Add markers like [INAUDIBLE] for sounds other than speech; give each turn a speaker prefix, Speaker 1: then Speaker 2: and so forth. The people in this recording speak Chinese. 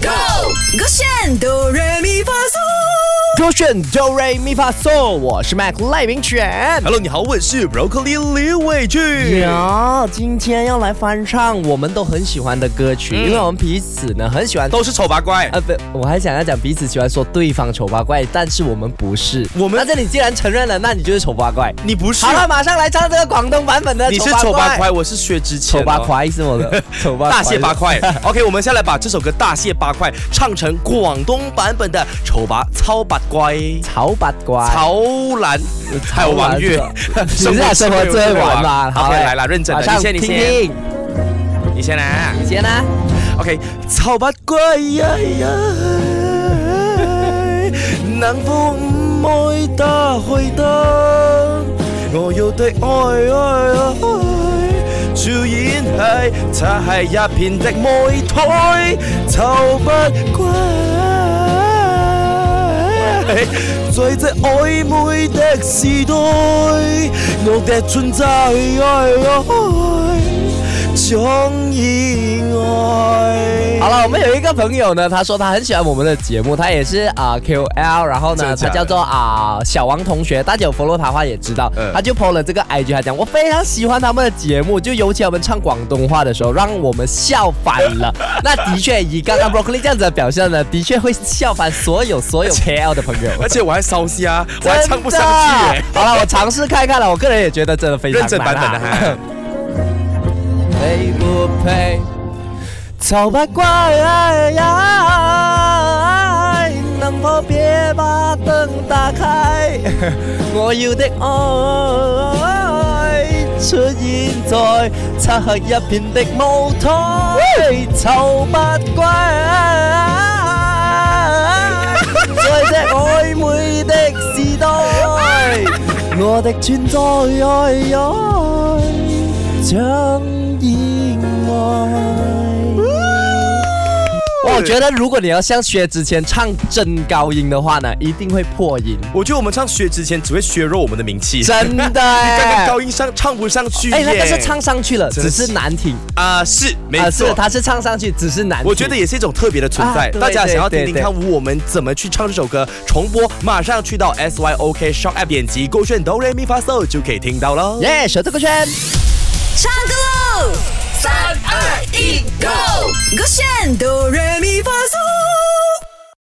Speaker 1: Go，我选哆来咪发嗦。
Speaker 2: 勾选 Do Re Mi Fa So，我是 Mac 赖明全。
Speaker 3: Hello，你好，我是 Broccoli 李伟俊。
Speaker 2: 呀，今天要来翻唱我们都很喜欢的歌曲，因为我们彼此呢很喜欢。
Speaker 3: 都是丑八怪。
Speaker 2: 啊不，我还想要讲彼此喜欢说对方丑八怪，但是我们不是。
Speaker 3: 我们
Speaker 2: 那这里既然承认了，那你就是丑八怪。
Speaker 3: 你不是
Speaker 2: 好，了，马上来唱这个广东版本的
Speaker 3: 你
Speaker 2: 丑
Speaker 3: 是
Speaker 2: 八怪。
Speaker 3: 丑八怪，我是薛之谦哦。
Speaker 2: 丑八怪是我的丑八
Speaker 3: 大卸八
Speaker 2: [LAUGHS]
Speaker 3: 块。OK，我们下来把这首歌《大卸八块》唱成广东版本的《丑八超八怪》。
Speaker 2: 丑八怪。
Speaker 3: 曹兰，还有王月，
Speaker 2: 你是在生活最玩嘛？好
Speaker 3: OK，
Speaker 2: 嘞
Speaker 3: 来了，认真
Speaker 2: 马
Speaker 3: 的，
Speaker 2: 上
Speaker 3: 你先，
Speaker 2: 听
Speaker 3: 你先，
Speaker 2: 听。
Speaker 3: 你先来。
Speaker 2: 你先啊。
Speaker 3: OK，丑八怪呀呀，能否唔愛得去得？我要對愛愛愛，主演係擦係一片的舞台，丑八怪。在這曖昧的時代，我嘅存在。中意愛。
Speaker 2: 好了，我们有一个朋友呢，他说他很喜欢我们的节目，他也是啊、QL，然后
Speaker 3: 真的
Speaker 2: 呢，
Speaker 3: 假
Speaker 2: 他
Speaker 3: 的
Speaker 2: 叫做啊、小王同学，大家有 follow 他的话也知道，
Speaker 3: 嗯
Speaker 2: 他就 po 了这个 IG，他讲我非常喜欢他们的节目，就尤其我们唱广东话的时候，让我们笑反
Speaker 3: [LAUGHS]
Speaker 2: 了。那的确，以刚刚 Broccoli 这样子的表现呢，的确会笑翻所有
Speaker 3: [LAUGHS]
Speaker 2: 所有 KL 的朋友。
Speaker 3: 而且我还烧虾，我
Speaker 2: 真的
Speaker 3: 还唱不上去 [LAUGHS] 耶。
Speaker 2: 好了，我尝试看看了，我个人也觉得真的非常
Speaker 3: 认真版本的
Speaker 2: 难啊
Speaker 3: 哈。
Speaker 2: 配不配？丑八怪能否别把灯打开？我要的爱出现在漆黑一片的舞台。丑八怪，在这暧昧的时代，我的存在像意外。我觉得如果你要像薛之谦唱真高音的话呢，一定会破
Speaker 3: [LAUGHS]
Speaker 2: 音，
Speaker 3: 我觉得我们唱薛之谦只会削弱我们的名气。
Speaker 2: 真的
Speaker 3: 刚刚
Speaker 2: 哎。
Speaker 3: 高音上唱不上去耶。
Speaker 2: 哎，那个是唱上去了，
Speaker 3: 真
Speaker 2: 只
Speaker 3: 是
Speaker 2: 是难听
Speaker 3: 啊，是没
Speaker 2: 啊，
Speaker 3: 错
Speaker 2: 是。他是唱上去，只是难听。
Speaker 3: 我觉得也是一种特别的存在
Speaker 2: 啊，对
Speaker 3: 大家想要
Speaker 2: 对
Speaker 3: 听听看我们怎么去唱这首歌，重播马上去到 S Y O K Shop App 点击勾选哆来咪发嗦就可以听到了。
Speaker 2: 耶，手这个圈。
Speaker 1: 唱歌喽！三二一，Go！我选哆来咪发嗦。